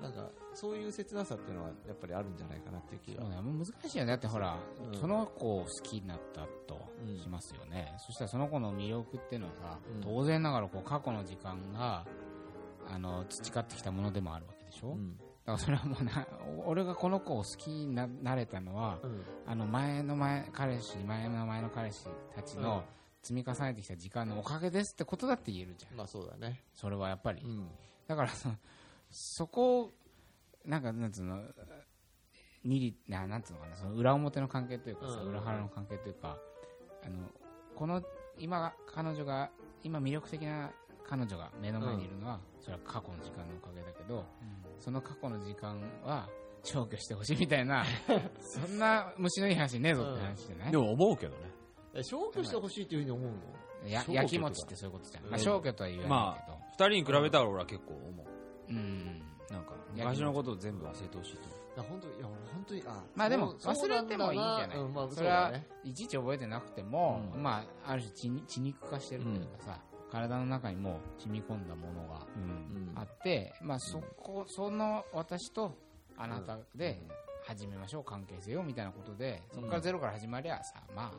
S3: なんかそういう切なさっていうのはやっぱりあるんじゃないかなっていう気
S2: る
S3: が
S2: そう、ね、もう難しいよねだってほら、
S3: うん
S2: その子を好きになったと
S3: うん
S2: しますよね、そしたらその子の魅力っていうのはさ、
S3: うん
S2: 当然ながらこう過去の時間があの培ってきたものでもあるわけでしょ、
S3: うん
S2: だからそれはもうな 俺がこの子を好きにななれたのは
S3: うん
S2: あの前の前彼氏前の前の彼氏たちの積み重ねてきた時間のおかげですってことだって言えるじゃん
S3: まあそうだね、
S2: それはやっぱり、
S3: うん
S2: だからそのそこをなんかなんつうのにりななんつうのかなその裏表の関係というかさ、
S3: うん
S2: 裏腹の関係というかあのこの今彼女が今魅力的な彼女が目の前にいるのは、それは過去の時間のおかげだけどその過去の時間は消去してほしいみたいなそんな虫のいい話ねえぞって話じゃない、
S4: でも思うけどね。
S3: え消去してほしいっていうふうに思うの
S2: や
S4: 消去とか
S2: やきもちってそういうことじゃん、まあ、消去とは言わないけど、
S1: 2人に比べたら俺は結構思
S2: うん
S1: うなんか昔のことを全部忘れてほしいと思
S3: いや本当いや俺本当にあ
S2: まあでも
S3: そう
S2: 忘れてもいいじゃない
S3: そうだうんまあ、
S2: それは
S3: そうだね
S2: いちいち覚えてなくても、
S1: う
S2: まあ、ある種血に血肉化してるというかさ、体の中にもう染み込んだものが
S1: う、
S3: う
S2: あ
S3: ん
S2: って、まあ、そこ、その私とあなたで始めましょう、関係性をみたいなことで、そこからゼロから始まりゃさ、ま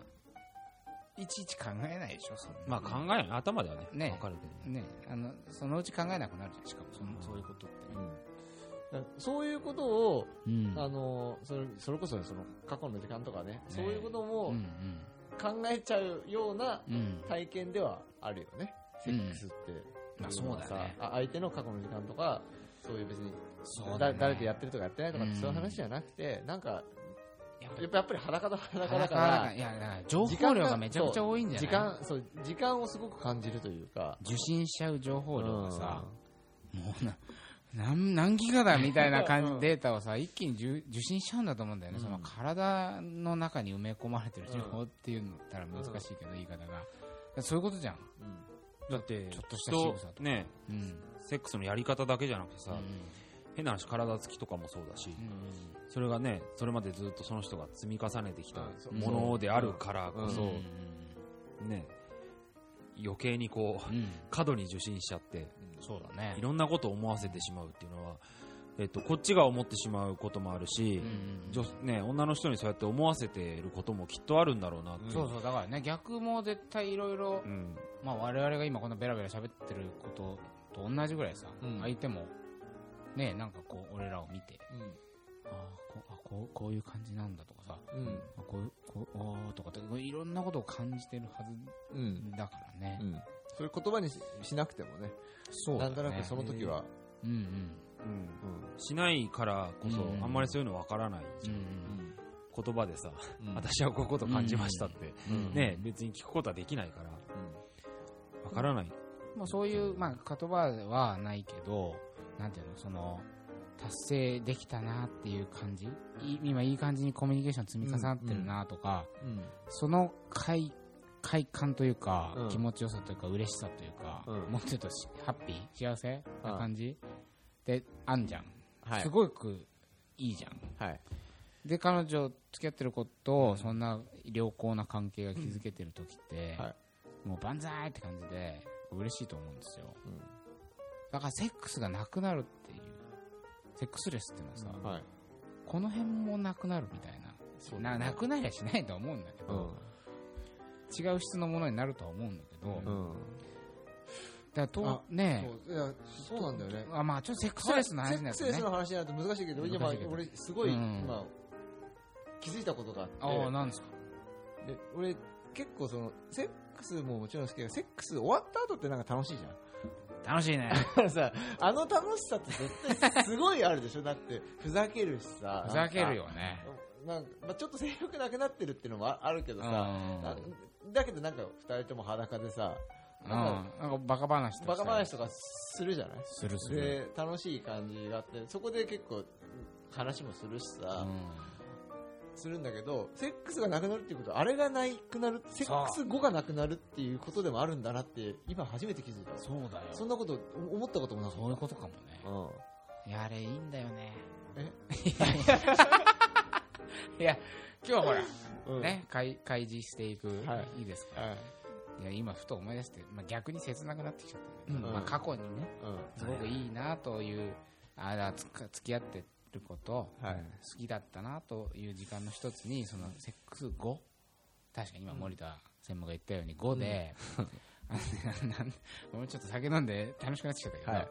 S2: あ、いちいち考えないでしょ、そん
S1: ま
S2: な
S1: あ考えない頭ではね
S2: ね
S1: 分かるけどね
S2: ね、あのそのうち考えなくなるじゃん、しかもその、そういうことって。
S3: だからそういうことを、
S2: うん
S3: あのそれそれこそその過去の時間とかねそういうこと
S2: う
S3: も
S2: ん
S3: 考えちゃうような
S2: うんうん
S3: 体験ではあるよね、
S2: うん
S3: セックスって
S2: まあそうだよね
S3: あ相手の過去の時間とかそういう別に
S2: そうだ
S3: だ
S2: ね
S3: 誰とやってるとかやってないとかって
S2: うん
S3: そういう話じゃなくてなんか
S2: やっぱ
S3: やっぱやっぱり裸と裸だ
S2: だ
S3: か
S2: から、
S3: ら
S2: いや、だから情報量がめちゃくちゃ多いんじゃない
S3: 時間そう時間をすごく感じるというか
S2: 受信しちゃう情報量がさ、もうな、何、何ギガだみたいな感じ、
S3: うん
S2: データをさ、一気に受受信しちゃうんだと思うんだよね。
S3: うん
S2: その体の中に埋め込まれてる情報っていうのだったら難しいけど、言い方が。だからそういうことじゃん。
S3: うんうん
S1: だって
S2: ちょっとした仕草とか
S1: 人ね
S2: うん。
S1: セックスのやり方だけじゃなくてさ、
S2: うん
S1: 変な話体つきとかもそうだし、
S2: うん
S1: それがねそれまでずっとその人が積み重ねてきた
S3: うんそう
S1: ものであるからこそ、
S3: うん
S1: ね余計にこう
S2: うんうん
S1: 過度に受信しちゃって
S2: そうだね
S1: い。ろんなことを思わせてしまうっていうのは、えっと、こっちが思ってしまうこともあるし、
S2: うん
S1: 女ね、女の人にそうやって思わせてることもきっとあるんだろうなって、
S2: そうそう、だからね、逆も絶対いろいろ
S1: う、ん
S2: まあ我々が今こんなベラベラ喋ってることと同じぐらいさ、
S3: うん
S2: 相手も、ね、なんかこう、俺らを見て、
S3: うん
S2: あーこあこうこういう感じなんだとかさ
S3: うん
S2: あこうこうおーとかっていろんなことを感じてるはず
S3: うん
S2: だからね、
S3: うんそれ言葉にししなくてもね
S2: そうだ
S3: な
S2: ね
S3: んとなくその時は、
S2: うんうん
S1: うん
S3: うん
S1: しないからこそ、
S2: うん
S1: あんまりそういうのわからない、
S2: うん
S1: 言葉でさ、
S3: うん
S1: 私はこういうこと感じましたって、
S2: うんうん
S1: ね、別に聞くことはできないからわからない、
S2: まあ、そういう、まあ、言葉はないけどなんていうのその達成できたなっていう感じい今いい感じにコミュニケーション積み重なってるなとか、
S3: うん
S2: その快快感というか、
S3: うん
S2: 気持ちよさというか嬉しさというか、
S3: うん
S2: もっと言うとしハッピー幸せな感じ、であんじゃん
S3: は
S2: す
S3: い
S2: ごくいいじゃん。
S3: はい
S2: で彼女付き合ってる子とそんな良好な関係が築けてる時って、
S3: は
S2: もう万歳って感じで嬉しいと思うんですよだからセックスがなくなるっていうセックスレスっていうのはさ、
S3: はい。
S2: この辺もなくなるみたいな
S3: そう
S2: ななくなりゃしないと思うんだけ
S3: う
S2: ど、違う質のものになるとは思うんだけど、だか
S3: ん。うん。
S2: らとね
S3: そういやそうなんだよね。
S2: あまあちょっとセックスレスの話になると
S3: セックスレ
S2: ね
S3: スの話になると難しいけど、今
S2: 難しいけど
S3: 俺すごい、
S2: うん
S3: 今、気づいたことがあって、
S2: ああなんですか
S3: で俺結構その、セックスももちろん好きだけど、セックス終わった後ってなんか楽しいじゃん。
S2: 楽しい ね
S3: さ、あの楽しさって絶対すごいあるでしょだって、ふざけるしさ。
S2: ふざけるよね
S3: なんか。なんか、まあ、ちょっと性欲なくなってるっていうのもああるけどさ、
S2: うん
S3: あだけどなんか二人とも裸でさ、
S2: うん
S3: な
S2: なんんかバカ話とか
S3: バ
S2: さ
S3: カ話とかするじゃない
S2: するする、
S3: で、楽しい感じがあって、そこで結構話もするし
S2: う
S3: さ、
S2: ん
S3: するんだけど、セックスがなくなるっていうこと、あれがなくなる、セックス後がなくなるっていうことでもあるんだなって、今初めて気づいた。
S2: そうだよ
S3: そんなことお思ったこともなかった。
S2: そういうことかもね
S3: うん
S2: いやあれいいんだよね
S3: え
S2: いや今日ほら、
S3: うん
S2: ね開開示していく、、
S3: はい
S2: いですか、
S3: はい。
S2: いや今ふと思い出して、まあ、逆に切なくなってきちゃった、
S3: うん
S2: まあ、過去にね
S3: う
S2: すごくいいなというあらつか付き合ってること
S3: ん。はい。
S2: 好きだったなという時間の一つにそのセックス後確かに今森田専務が言ったように5で、あのねなん 俺ちょっと酒飲んで楽しくなってきちゃったけど、
S3: はい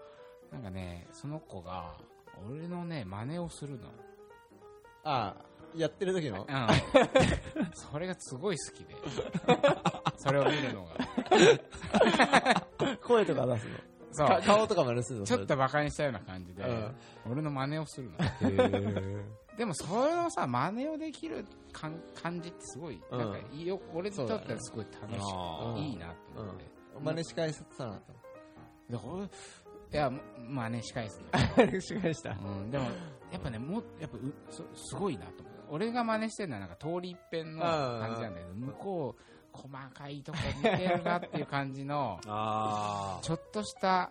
S2: なんかねその子が俺のね真似をするの、
S3: ああ、やってる時の
S2: うん、 それがすごい好きでそれを見るのが
S3: 声とか出す
S2: そ
S3: の。か
S2: う
S3: 顔とかまでするの
S2: ちょっとバカにしたような感じで、
S3: うん
S2: 俺の真似をするの
S3: それへ
S2: でもそれをさ真似をできる感感じってすごい、
S3: うん
S2: なんかいいよ俺にとってはすごい楽し
S4: あ
S2: く
S3: ー
S2: いいなと思って、
S3: ー 真似し返さなかっ
S2: で俺いやま真似し返 すんだ
S3: た。真似し返した
S2: けど、うん、でもやっぱねもうやっぱうそすごいなと思う俺が真似してるのはなんか通り一遍の感じなんだけど向こう細かいとこ見てるなっていう感じ の
S1: あ
S2: ちょっとした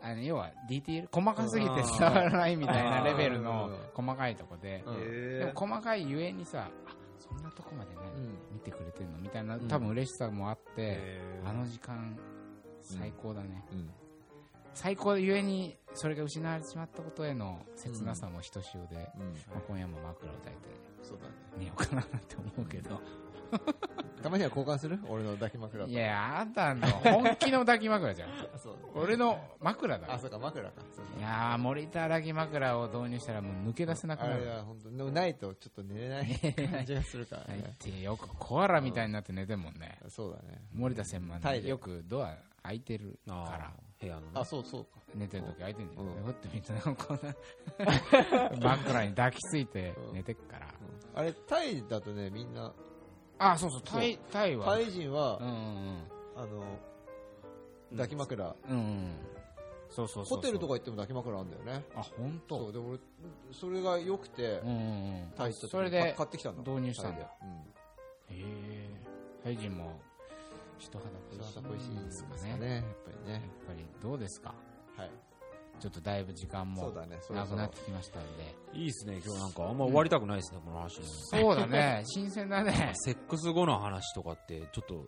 S2: あの要はディティール細かすぎて伝わらないみたいなレベルの細かいとこで、
S3: うん
S2: でも細かいゆえにさあそんなとこまでね、
S3: うん
S2: 見てくれてるのみたいな
S3: うん
S2: 多分嬉しさもあって、
S1: え
S2: あの時間最高だね、
S3: うん
S2: 最高ゆえにそれが失われてしまったことへの切なさもひとしおで、
S3: うん。
S2: まあ、今夜も枕を抱いて
S3: そうだね。
S2: 寝ようかなって思うけ ど、
S3: たまには交換する俺の抱き枕と
S2: い。やあんたの本気の抱き枕 じゃん
S3: あ、そう。
S2: 俺の枕だ
S3: あ、
S2: わ
S3: そうか、枕か。そう
S2: い
S3: だ
S2: やー森田抱き枕を導入したらもう抜け出せなく
S3: あ
S2: な
S3: れ
S2: る
S3: は本当でもないとちょっと寝れない感じがするから
S2: 入っ
S3: ね。
S2: てよくコアラみたいになって寝てんもんね、
S3: そうだね。
S2: 森田専務は
S3: タ
S2: ね
S3: イで
S2: よくドア開いてる
S1: あ
S2: か
S1: ー
S2: ら
S1: 部屋のね
S3: あ、そうそうか。
S2: 寝てる時開いてんじゃん。
S3: うん
S2: ふって見たら、こん な枕に抱きついて寝てっから。
S3: うんあれ、タイだとね、みんな、
S2: あ、そうそう、タイ、タイは。
S3: タイ人
S2: う
S3: は、
S2: んうん
S3: あの、抱き枕、
S2: うん。うんうん。そうそうそうそう。
S3: ホテルとか行っても抱き枕あんだよね。
S2: あ、本
S3: そ
S2: 当。
S3: う、で、俺、それが良くて
S2: うん、うんうん。
S3: タイ行った時
S2: それで
S3: 買ってきたの。
S2: 導入したんだよ。
S3: タイで。う
S2: へ
S3: ん
S2: え。タイ人も、人肌恋しい。
S3: 人肌恋しいですか
S2: ね。
S3: ね、やっぱり
S2: やっ
S3: ね。
S2: ぱり、どうですか
S3: はい。
S2: ちょっとだいぶ時間
S3: そう
S2: も
S3: だね、そろ
S2: な
S3: そ
S2: くな
S3: ろ
S2: っ。てきましたんで。
S1: いいですね今日なんかあんま終わりたくないですね、この話
S2: そうだね。 新鮮だね。
S1: セックス後の話とかってちょっと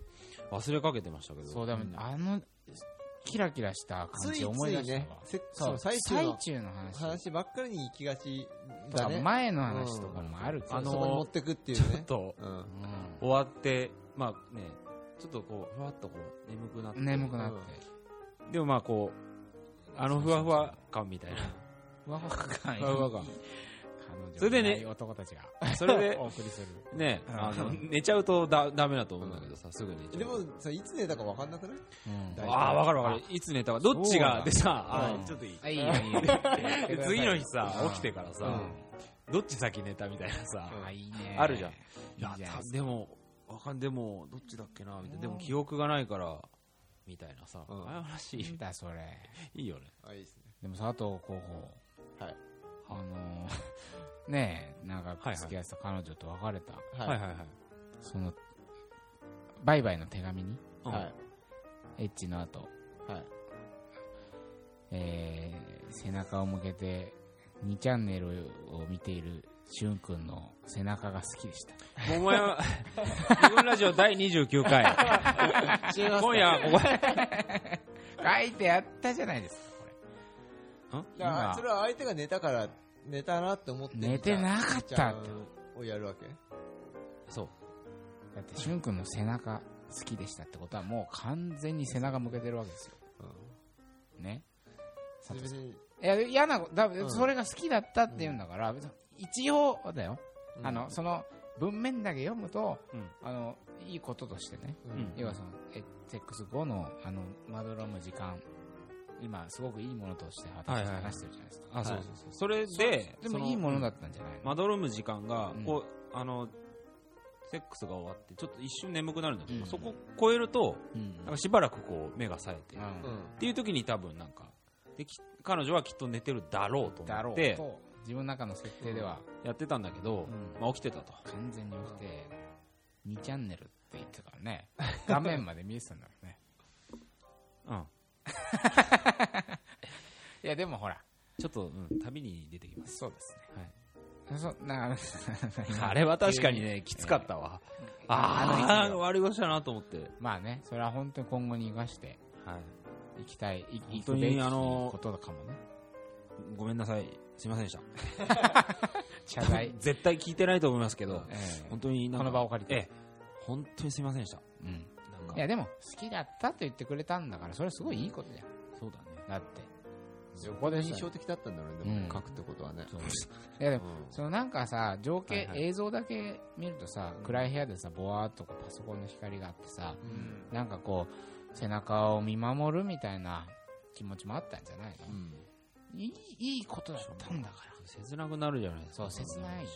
S1: 忘れかけてましたけど
S2: そうだもん、あの、キラキラした感
S3: つい
S2: じ
S3: つ
S2: 思い出
S3: い
S2: したわ
S3: ね。、セックス
S2: そ
S3: の
S2: う、
S3: 最
S2: 最
S3: 中の
S2: 中の話。
S3: 話ばっかりに行きがち
S2: と
S3: だ
S2: か
S3: ね。
S2: 前の話とかもあるけ
S1: う
S2: ど、
S1: ん
S3: あ
S1: あ
S3: の、
S1: の
S3: そこに持ってくっていう
S1: ちょっ
S3: ね。
S1: と
S3: うん。
S2: う
S1: 終わってまあねちょっとこうふわっとこう眠くなって
S2: ん、眠くなって、
S1: でもまあこうあのふわふわ感みたいな
S2: うわわかん
S3: ふわふわ感
S1: それでね
S2: 男たちが
S1: それで
S2: お送りする。
S1: ね
S2: うん
S1: あの寝ちゃうとだダメだと思うんだけどさすぐ寝ちゃう
S3: でもさ、いつ寝たか分かんなくない
S2: うん
S3: 大
S1: ああ分かる分かるいつ寝たかどっちがでさあ
S2: うん
S1: ーちょっといい
S2: あいいよいいよ。
S1: で次の日さ起きてから
S2: う
S1: さ
S2: ん、
S1: どっち先寝たみたいなさ
S2: あいいね。
S1: あるじゃん
S2: い
S1: いや
S2: いじゃ
S1: た
S2: ん。
S1: でもわかんでもどっちだっけなみたいなでも記憶がないからみたいなさ
S3: うん
S1: ああいう話
S2: いいんだそれ。
S1: いいよね
S3: あ、いいですね。
S2: でも佐藤候補、
S3: はい。
S2: あの ーねえ長
S1: はいは
S2: く
S1: い
S2: 付き合ってた彼女と別れた、
S1: はい
S3: い。
S1: はいはい
S2: その売買の手紙に
S1: うん
S3: はい。
S2: エッチの後、
S3: はい。
S2: えー背中を向けて2チャンネルを見ているしゅんくんの背中が好きでした。
S1: 桃山、自分ラジオ第29回。
S3: 違います
S1: 今夜はここへ。
S2: 書いてやったじゃないですか、これ。
S3: だからそれは相手が寝たから寝たなって思って
S2: 寝てなかったって
S3: じゃあをやるわけ
S1: そう。
S2: だってしゅんくんの背中好きでしたってことはもう完全に背中向けてるわけですよ。ね。佐藤
S3: 別
S2: さん
S3: に
S2: いや嫌なだ、
S3: ん
S2: それが好きだったって言うんだから、別に一応だよ、
S3: うん
S2: あのその文面だけ読むと、
S1: うん
S2: あのいいこととしてね、
S3: うん
S2: 要はそのえ X5 のあのまどろむ時間今すごくいいものとして私たち
S1: はいはい
S2: 話してるじゃないですか、
S1: あ、そう
S2: はい
S1: そうそう。それで、
S2: でもいいものだったんじゃないの、
S1: まどろむ時間が
S2: うん、
S1: こう、あの、セックスが終わって、ちょっと一瞬眠くなるんだけ
S2: うん
S1: ど、そこ超えると、
S2: うん
S1: なんかしばらくこう、目が冴えて、っ
S2: うん
S1: ていう時に多分なんか、でき彼女はきっと寝てるだろうと
S2: だ
S1: 思
S2: ろ
S1: っ
S2: う
S1: て、
S2: と自分の中の設定では
S1: やってたんだけど、まあ起きてたと。
S2: 完全に起きて、2チャンネルって言ってたからね画面まで見えてたんだろうね
S1: うん。
S2: いやでもほら
S1: ちょっと、うん、旅に出てきます。
S2: そうです
S1: はい。
S2: ねそ な
S1: あれは確かにね、きつかったわ。あ
S2: あ
S1: あ、
S2: の
S1: 悪いことしたなと思って。
S2: まあね、それは本当に今後に生かして
S1: はい。
S2: いきたい、
S1: 本
S2: い
S1: 当にあの
S2: 行くべきことかもね。
S1: ごめんなさい。すいませんでした。。
S2: 謝罪
S1: 絶対聞いてないと思いますけど、
S2: ええ
S1: 本当になんか
S2: この場を借りて
S1: ええ本当にすいませんでした。
S2: うん。
S1: なんか
S2: いや、でも、好きだったと言ってくれたんだから、それはすごいいいことじゃん。
S1: そうだね。
S2: だって。そこでさ
S3: 印象的だったんだろうね
S2: う
S3: で
S2: ん
S3: も書くってことはね
S2: いやでも、
S3: う
S2: そのなんかさ、情景、
S1: はいはい
S2: 映像だけ見るとさ、暗い部屋でさ、ぼわーっとこうパソコンの光があってさ、
S3: ん
S2: なんかこう、背中を見守るみたいな気持ちもあったんじゃないの、
S3: うん
S2: いい、いいことだったんだから。
S1: 切なくなるじゃないですか。
S2: そう切ない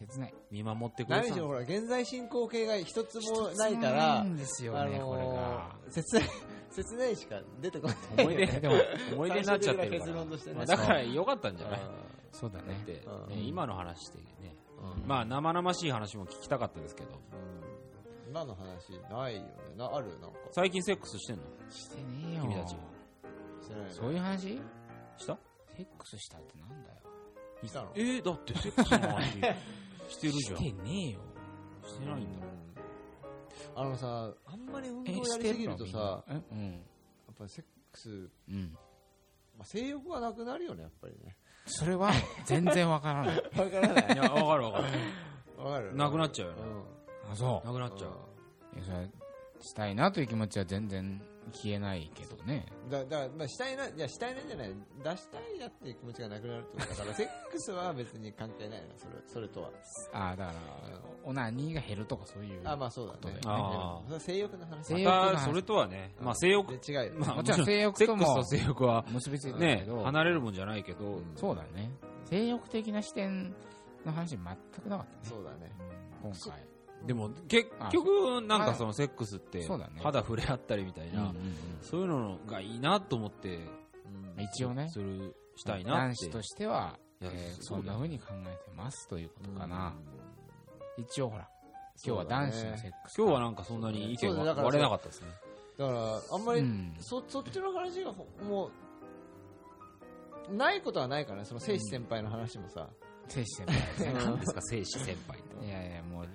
S2: 切ない。
S1: 見守ってくれ
S3: 何
S1: て
S3: した
S1: の
S3: ろほら現在進行形が一つ
S2: 一
S3: も
S2: つも
S3: ないか
S2: な
S3: ら
S2: いんですよね、これが。
S3: ー切ない切ないしか出てこない
S1: 思い出、
S2: でも、
S1: 思い出になっちゃってるか
S3: 最終的な結
S1: ら。
S3: 論としてね
S1: まあだから良かったんじゃない
S2: そうだ
S1: だっ
S2: ね
S1: て、。ね
S3: うん
S1: 今の話でね、
S3: うん
S1: まあ生々しい話も聞きたかったですけど、
S3: うん今の話ないよねなあるなんか
S1: 最近セックスしてんの
S2: してねえよ。
S1: 君たち
S3: してない
S2: そういう話
S1: した
S2: セックスしたってなんだよ。
S3: したの
S1: えー、だってセックスの 話してるじゃん。
S2: してねえよ。
S1: してないんだ。
S3: あのさあんまり運動やりすぎるとさ
S2: え
S3: や
S2: してんの
S3: っぱりセックス、
S2: みんなうん。うん。
S3: まあ、性欲がなくなるよねやっぱりね
S2: それは、全然わからない。
S3: わからない
S1: いや、 わかるわか
S3: わか
S1: る。
S3: る
S1: なくなっ
S3: ち
S1: ちゃうよね。
S2: あ、そ
S1: なくなっちゃう。
S2: う。いや、それ、したいなという気持ちは全然消えないけどね。
S3: だだから、まあ、したいな、いや、したいなじゃない、出したいなっていう気持ちがなくなるってことだから、 セックスは別に関係ないな、それ、それとは。
S2: あ、だから、オナニーが減るとかそういう。
S3: あ、まあそうだね。
S1: あー
S3: それは性欲の話。
S2: 性欲
S1: また、それとはね、まあ性欲、
S3: で違うよ。
S1: まあ
S2: もちろん性欲
S1: セ
S2: と
S1: ックスと
S2: も
S1: 性欲は、
S2: 結びついてるけ
S1: ね
S2: ど、、
S1: 離れるもんじゃないけど、
S2: そうだね。性欲的な視点の話全くなかったね。
S3: そうだね。
S2: 今回。
S1: でも結局、なんかそのセックスって
S2: そうだね、
S1: 肌触れ合ったりみたいな、そういうのがいいなと思って、
S3: うん
S2: まあ一応ね
S1: する、したいなっ
S2: 男
S1: て
S2: 子。としては、
S1: いや
S2: えー
S1: そ
S2: そん
S1: うだ
S2: な
S1: よ
S2: 風に考えてますということかな、一応ほら
S3: そ
S2: 今日
S3: う
S2: は
S3: だね
S2: 男子のセックス
S1: 今日はなんかそんなに意見が割れなかったですね。
S3: だから、あんま
S2: う
S3: り、
S2: ん
S3: そ、そっちの話がほ、もう、ないことはないからね、その、聖子先輩の話もさ。
S2: 精子先輩ね
S1: 何ですか、精子先輩と
S2: いやいやもう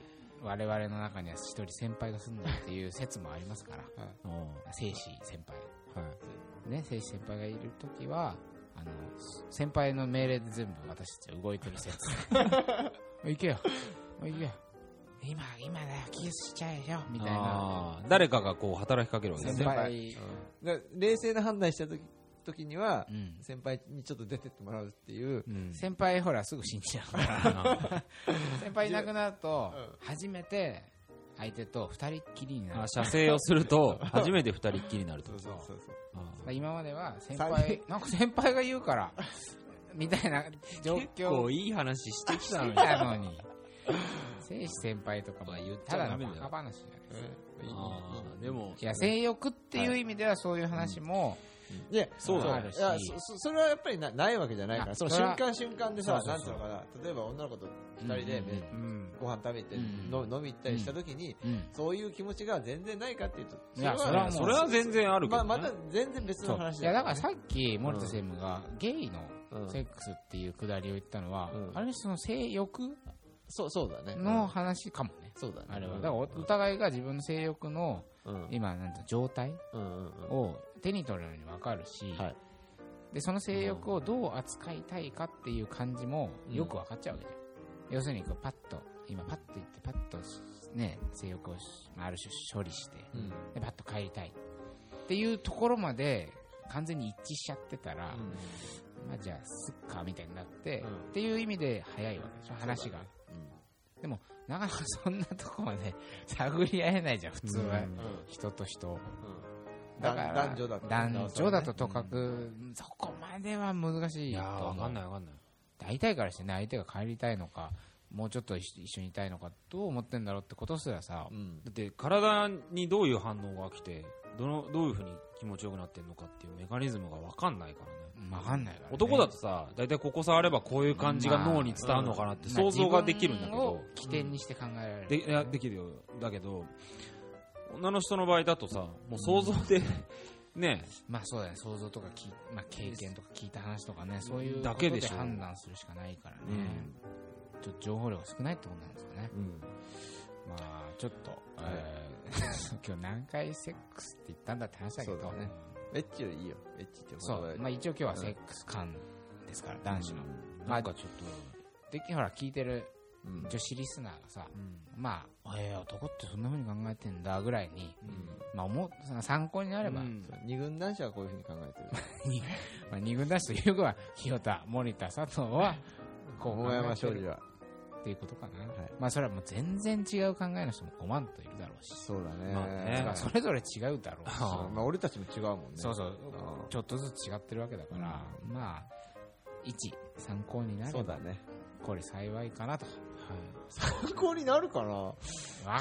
S2: 我々の中には一人先輩が住んでるっていう説もありますから精子先輩ね精子先輩がいる時はあの先輩の命令で全部私たちは動いてる 説行けよ行けよ今今だよキスしちゃえよみたいな
S1: あー誰かがこう働きかけるわけです
S2: 先
S1: ね。
S2: 輩
S3: で冷静な判断した時時には
S2: う、ん
S3: 先輩にちょっと出てってもらうっていう、
S1: うん
S2: 先輩ほらすぐ死んじゃうから先輩いなくなると初めて相手と二人っきりにな
S1: あ
S2: る
S1: 射精をすると、初めて二人っきりになると。
S3: そうそうそうそう。
S1: あ
S2: 今までは先
S3: 三
S2: 輩なんか先輩が言うからみたいな状
S1: ー結構
S2: 況
S1: いい話してきたのに。
S2: なのに誠司先輩とかも
S1: まあ言っち
S2: た
S1: ゃ
S2: だ
S1: ダ
S2: の
S1: メだ
S2: バ
S1: よ
S2: カ話じゃないですか
S3: うんいい
S1: あーでも、
S2: いや性欲っていう意味ではそういう話も
S3: いや、
S1: そうだ
S2: あ
S1: ね
S2: る
S3: い
S2: し
S3: やそそそれはやっぱりなないわけじゃないか
S2: いや
S3: らその
S2: それは
S3: 瞬間瞬間でさ
S2: そう
S3: な
S2: そうん
S3: つう
S2: そう
S3: のかな例えば女の子と2人で
S2: うんうんうん
S1: うん。
S3: ご飯食べて
S2: うん
S3: の飲み行ったりした時に
S2: うん
S3: そういう気持ちが全然ないかっていうと
S2: いやそれはもう
S1: それは全然あるけ
S3: ま
S1: ど
S3: あ
S1: ね。
S3: また全然別の
S2: そう
S3: 話
S2: いやだ
S3: よ
S2: からさっき森田専務がゲイの
S3: うん
S2: セックスっていうくだりを言ったのは、
S3: うん
S2: ある種その性欲
S3: そう、そうだね。
S2: の
S3: うん
S2: 話かもね。
S3: そうだね。
S2: あれは。
S3: うん
S2: だからおお互いが自分の性欲の
S3: うん。うん
S2: 今、なんていうの状態
S3: うんうん。
S2: を手に取るように分かるし、
S3: はい
S2: でその性欲をどう扱いたいかっていう感じも
S3: うん
S2: よく分かっちゃうわけじゃん、要するにこうパッと今パッと行ってパッとしね性欲をしまあある種処理して、
S3: うん
S2: でパッと帰りたいっていうところまで完全に一致しちゃってたら、まあ、じゃあすっかみたいになって、
S3: うん
S2: っていう意味で早いわけでしょ話が、なかなかそんなとこまで 探り合えないじゃん普通は、
S4: うん
S3: うん。うん
S2: 人と人を
S3: うん
S2: だから
S3: 男女だと。
S2: 男女だととかく、そこまでは難
S1: い
S2: しいと
S1: やー、
S2: 思う
S1: わかんないわかんない。
S2: 大体からしてね相手が帰りたいのかもうちょっと一緒一緒にいたいのかどう思ってんだろうってことすらさ、
S3: うん。
S1: だって、体にどういう反応が来て、どの、どういうふうに気持ちよくなってるのかっていうメカニズムがわかんないからね。
S2: わかんないから、ね、
S1: 男だとさ、大体ここ触ればこういう感じが脳に伝わるのかなって想像ができるんだけ
S2: まあ
S1: ど
S2: 自分を、起点にして考えられる、
S1: でいやできるよだけど女の人の場合だとさもう想像でね
S2: まあそうだね想像とかき、まあ、経験とか聞いた話とかねそういう
S1: だけで
S2: こ
S1: しょ
S2: と判断するしかないからね、
S1: うん
S2: ちょっと情報量が少ないってことなんですかねまあちょっと、えー 今日何回セックスって言ったんだって話だけど
S3: そうだねエッチよりいいよ。エッチって
S2: そ
S3: 言葉よ
S2: う
S3: り
S2: まあ、一応今日はセックス感ですから、男子の、ま
S1: な
S2: あ
S1: んかちょっと、
S2: でほら聞いてる
S3: うん
S2: 女子リスナーがさ、
S1: うん
S2: まあ、えー男ってそんな風に考えてんだぐらいに、まあ、思うその参考になれば、
S1: うん
S3: そう二軍男子はこういうふうに考えて る。
S2: まあ、二軍男子というかは清田、森田、佐藤 はこう考
S3: 桃山
S2: えて
S3: 勝利
S2: る
S3: は。
S2: っていうことかな、
S3: はい
S2: まあ、それはもう全然違う考えの人も5万といるだろうし、
S3: そうだ
S1: まあ
S3: ね
S1: ね。
S2: まあそれぞれ違うだろうし、
S3: そうまあ俺たちも違うもんね。
S2: そうそう
S3: あ
S2: ちょっとずつ違ってるわけだから、まあ一参考にな
S3: ーそ
S2: れ
S3: うだ
S2: ば
S3: ね。
S2: これ幸いかなと
S3: 参考になるかな
S2: わ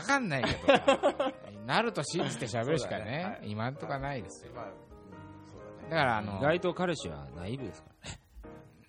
S2: かんない けどなると信じて喋るしかね
S3: そうだねはい
S2: 今んとかないですよ
S3: まあ、うんそう
S2: だか
S3: だね。
S2: らあ
S1: あの
S2: の
S1: 意外と彼氏はナイーブですか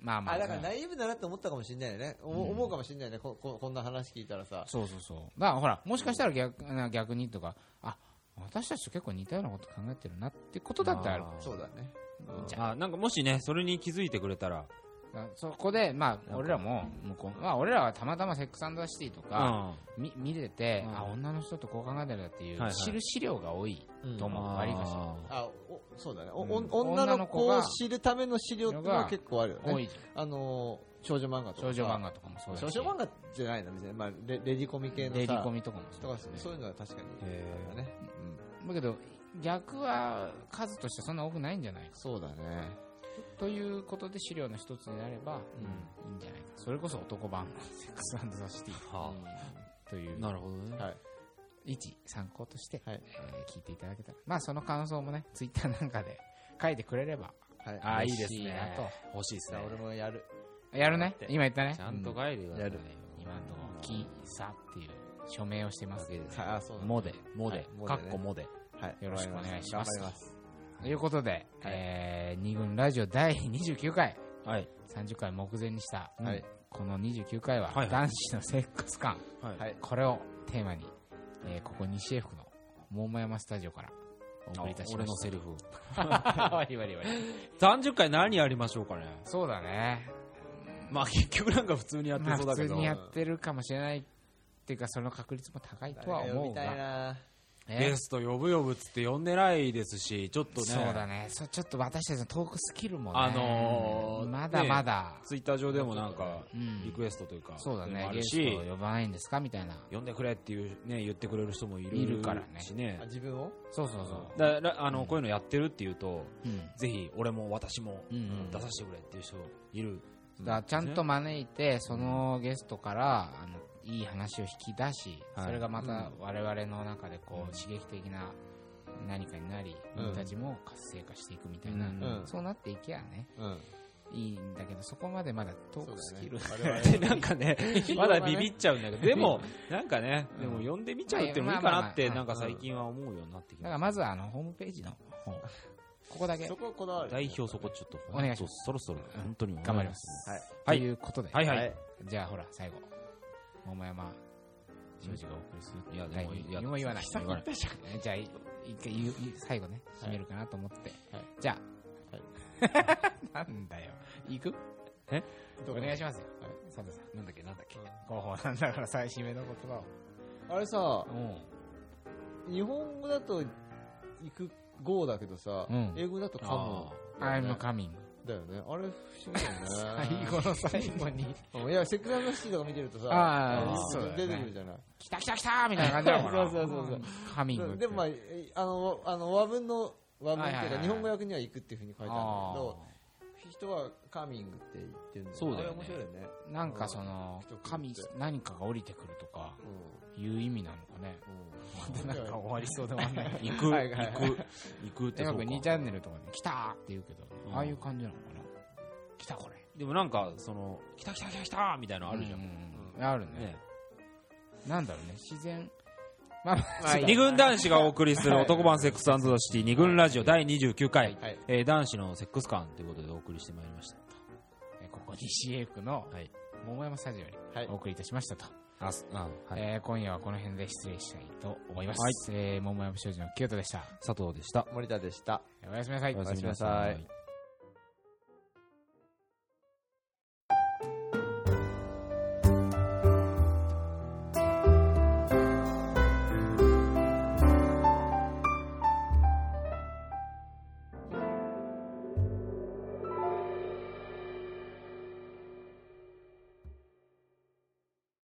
S2: まあまあ
S3: あ、だから大丈夫だなって思ったかもしれないよね。おも思うかもしれないね。こここんな話聞いたらさ。
S2: そうそうそうだからほらもしかしたら逆な逆にとかあ私たちと結構似たようなこと考えてるなってことだってある
S1: あー
S3: そうだね。うん
S1: らねあなんかもしねそれに気づいてくれたら
S2: だからそこでまあ俺らも向こうまあ俺らはたまたまセックスシティとか、み見れて、
S1: うん
S2: あ女の人とこう考えてるんだっていう、
S1: はいはい
S2: 知る資料が多いと
S1: うん
S2: 思う、割りかし
S3: あおそうだね、お
S1: うん
S3: お女
S2: 女
S3: の
S2: の
S3: 子
S2: 子
S3: を
S2: が
S3: 知るための資料っていうのは結構あるよ
S2: 多
S3: ね、
S2: いじゃ
S3: あのー少女漫画と
S2: ん少
S3: かさ
S2: 女漫画とかもそうだし
S3: 少女漫画じゃないの別に、まあ、レレディコミ系のさ
S2: デリコミとかもそ
S3: と
S2: う
S3: か
S2: だし
S3: そういうのは確かに
S1: へー
S3: あるよね、うん、
S2: だけど逆は数としてそんな多くないんじゃないか
S3: そうだね、
S2: ということで資料の一つになれば
S3: う
S2: いいんじゃないかそれこそ男版のセックスザシティ
S1: は
S2: とい
S1: あ
S2: う
S1: なるほどね
S3: んはい、
S2: 一参考として、
S3: はい
S2: えー聞いていただけたらまあその感想もねツイッターなんかで 書いてくれれば
S3: はい、
S1: あーい
S2: 嬉
S1: いです
S2: し
S1: ね
S2: なと
S1: 欲しいです
S3: じゃ
S1: ね
S3: あ俺もやる
S2: やるね
S1: だって
S2: 今言ったね
S1: ちゃんと書いてくださいよ
S2: 今のところ「きさ」っていう署名をしてま
S1: だ
S2: す
S1: けです
S3: はいあそうだね
S1: モデモデ
S3: モデ
S1: か
S3: ね
S1: っこモデ
S3: はい
S2: よろしくお願いします
S3: 頑張ります
S2: ということで、えー、二軍ラジオ第29回
S1: はい
S2: 30回目前にした、
S3: はい
S2: この29回は
S1: はいはい
S2: 男子のセックス感、
S1: は
S3: はい
S2: これをテーマに、えーここ西江福の桃山スタジオ からお送りいたしました
S1: 俺のセリフ
S2: わりわりわり
S1: 30回何やりましょうかね
S2: そうだね
S1: まあ結局なんか普通にやって
S2: まあ
S1: そう
S2: 普
S1: だ
S2: 通
S1: けど
S2: にやってるかもしれないっていうかその確率も高いとは思う
S3: 誰か呼びたい
S2: が、
S3: な
S2: ね
S1: ゲスト呼ぶ呼ぶっつって呼んでないですし、ちょっとね、
S2: そうだねそうちょっと私たちのトークスキルもね、
S1: あのー
S2: まだまだ、
S1: ツイッター上でもなんか、
S2: うん
S1: リクエストというか、
S2: そうだ
S1: でも
S2: ね
S1: あ
S2: ゲ
S1: る
S2: ス
S1: し、
S2: ト呼ばないんですかみたいな
S1: 呼んでくれっていう、ね、言ってくれる人もいる
S2: いるからね
S1: し
S3: あ
S1: ね。
S3: 自分を
S2: そうそうそう
S1: だらあのこういうのやってるっていうと、
S2: うん
S1: ぜひ俺も私も
S2: うんうん
S1: 出させてくれっていう人いる。
S2: だからちゃんと招いてそのゲストからあのいい話を引き出し、
S1: はい
S2: それがまた我々の中でこう刺激的な何かになり、
S3: うん
S2: 僕たちも活性化していくみたいな、
S1: うん
S3: うん
S2: そうなっていけばね
S3: うん
S2: いいんだけどそこまでまだトークスキル、
S3: そうだね
S1: で なんかね、まだビビっちゃうんだけど、で も、なんかね、でも呼んでみちゃうっていうのもいいかなって、
S2: まあ
S1: なん
S3: まあ
S1: か
S3: まあ
S1: 最近は思うようになってき
S2: だ
S1: ま
S2: か
S1: し
S2: らまずはあのホームページの方ここだけ
S3: そこはこだわ
S1: た。
S3: る
S1: 代表そこちょっと、
S2: お願いします
S1: そろそろ本当にお願い
S2: 頑張りま。す、
S3: はい
S1: はい
S2: ということで、
S1: はいはい。
S3: はい
S2: じゃあほら最後桃山庄司がお送りする
S1: いやでも いや
S2: 何も言わない
S1: 言わない
S2: じゃあい一回言う言う最後ね締めるかなと思って、
S3: はい
S2: じゃあ、 なんだよ。行くお
S3: お
S2: 願いし
S3: ま
S2: ますよ。サンタさん。
S4: なんだっけ、なんだっけ。
S2: 広報なんだから最新目の言葉を。
S3: す。あれさ、
S2: う
S3: 日本語だと、行く、ゴーだけどさ、
S2: うん
S3: 英語だとカム。
S2: ん。I'm coming.
S3: だよね。あれ、不思議だよね。
S2: 最後の 最後に。
S3: うんいや、セックザンドシティとか見てるとさ、
S2: あー
S3: うん
S2: そうだよね
S3: 出てくるじゃない。
S2: 来た来た来たみたいな感じだから。
S3: そうそうそうそう
S2: カミング。
S3: でもまあ、えあの、あの、和文の、和文って
S2: はいいうはい
S3: か、
S2: はい
S3: 日本語訳には行くっていうふうに書いてあ
S2: あ
S3: るんだけど、人はカミングって言ってるんだ
S4: そうだよね
S3: あれ面白いよね。
S2: ーなんかその
S3: うん、
S2: 神、何かが降りてくるとか、いう意味なのかね。
S3: うん。うん。
S2: なんか終わりそうでも ない。
S4: 行く、
S3: はいはいはい
S4: 行く、行くって
S2: え、
S4: そ
S2: よ
S4: う
S2: く
S4: か。
S2: 2チャンネルとかで、来たーって言うけど、
S4: うん
S2: ああいう感じなのかな。来たこれ。
S1: でもなんか、その、来た来た来た来たみたいなのあるじゃん。
S2: う
S1: ね
S2: うあるね。なんだろうね、自然。まあまあ、
S1: 二軍男子がお送りする男版セックスザシティ二軍ラジオ第29回、
S3: はい
S1: えー男子のセックス感ということでお送りしてまいりました。
S2: えここ西英区の
S1: はい
S2: 桃山スタジオに
S3: はい
S2: お送りいたしましたと、
S1: あ、すあはい。
S2: えー今夜はこの辺で失礼したいと思います、えー桃山商事の清人でした
S1: 佐藤でした。
S3: 森田でした。
S2: おやすみなさい
S1: おやすみな
S3: おやすみな
S1: さ
S3: さ
S1: い
S3: い。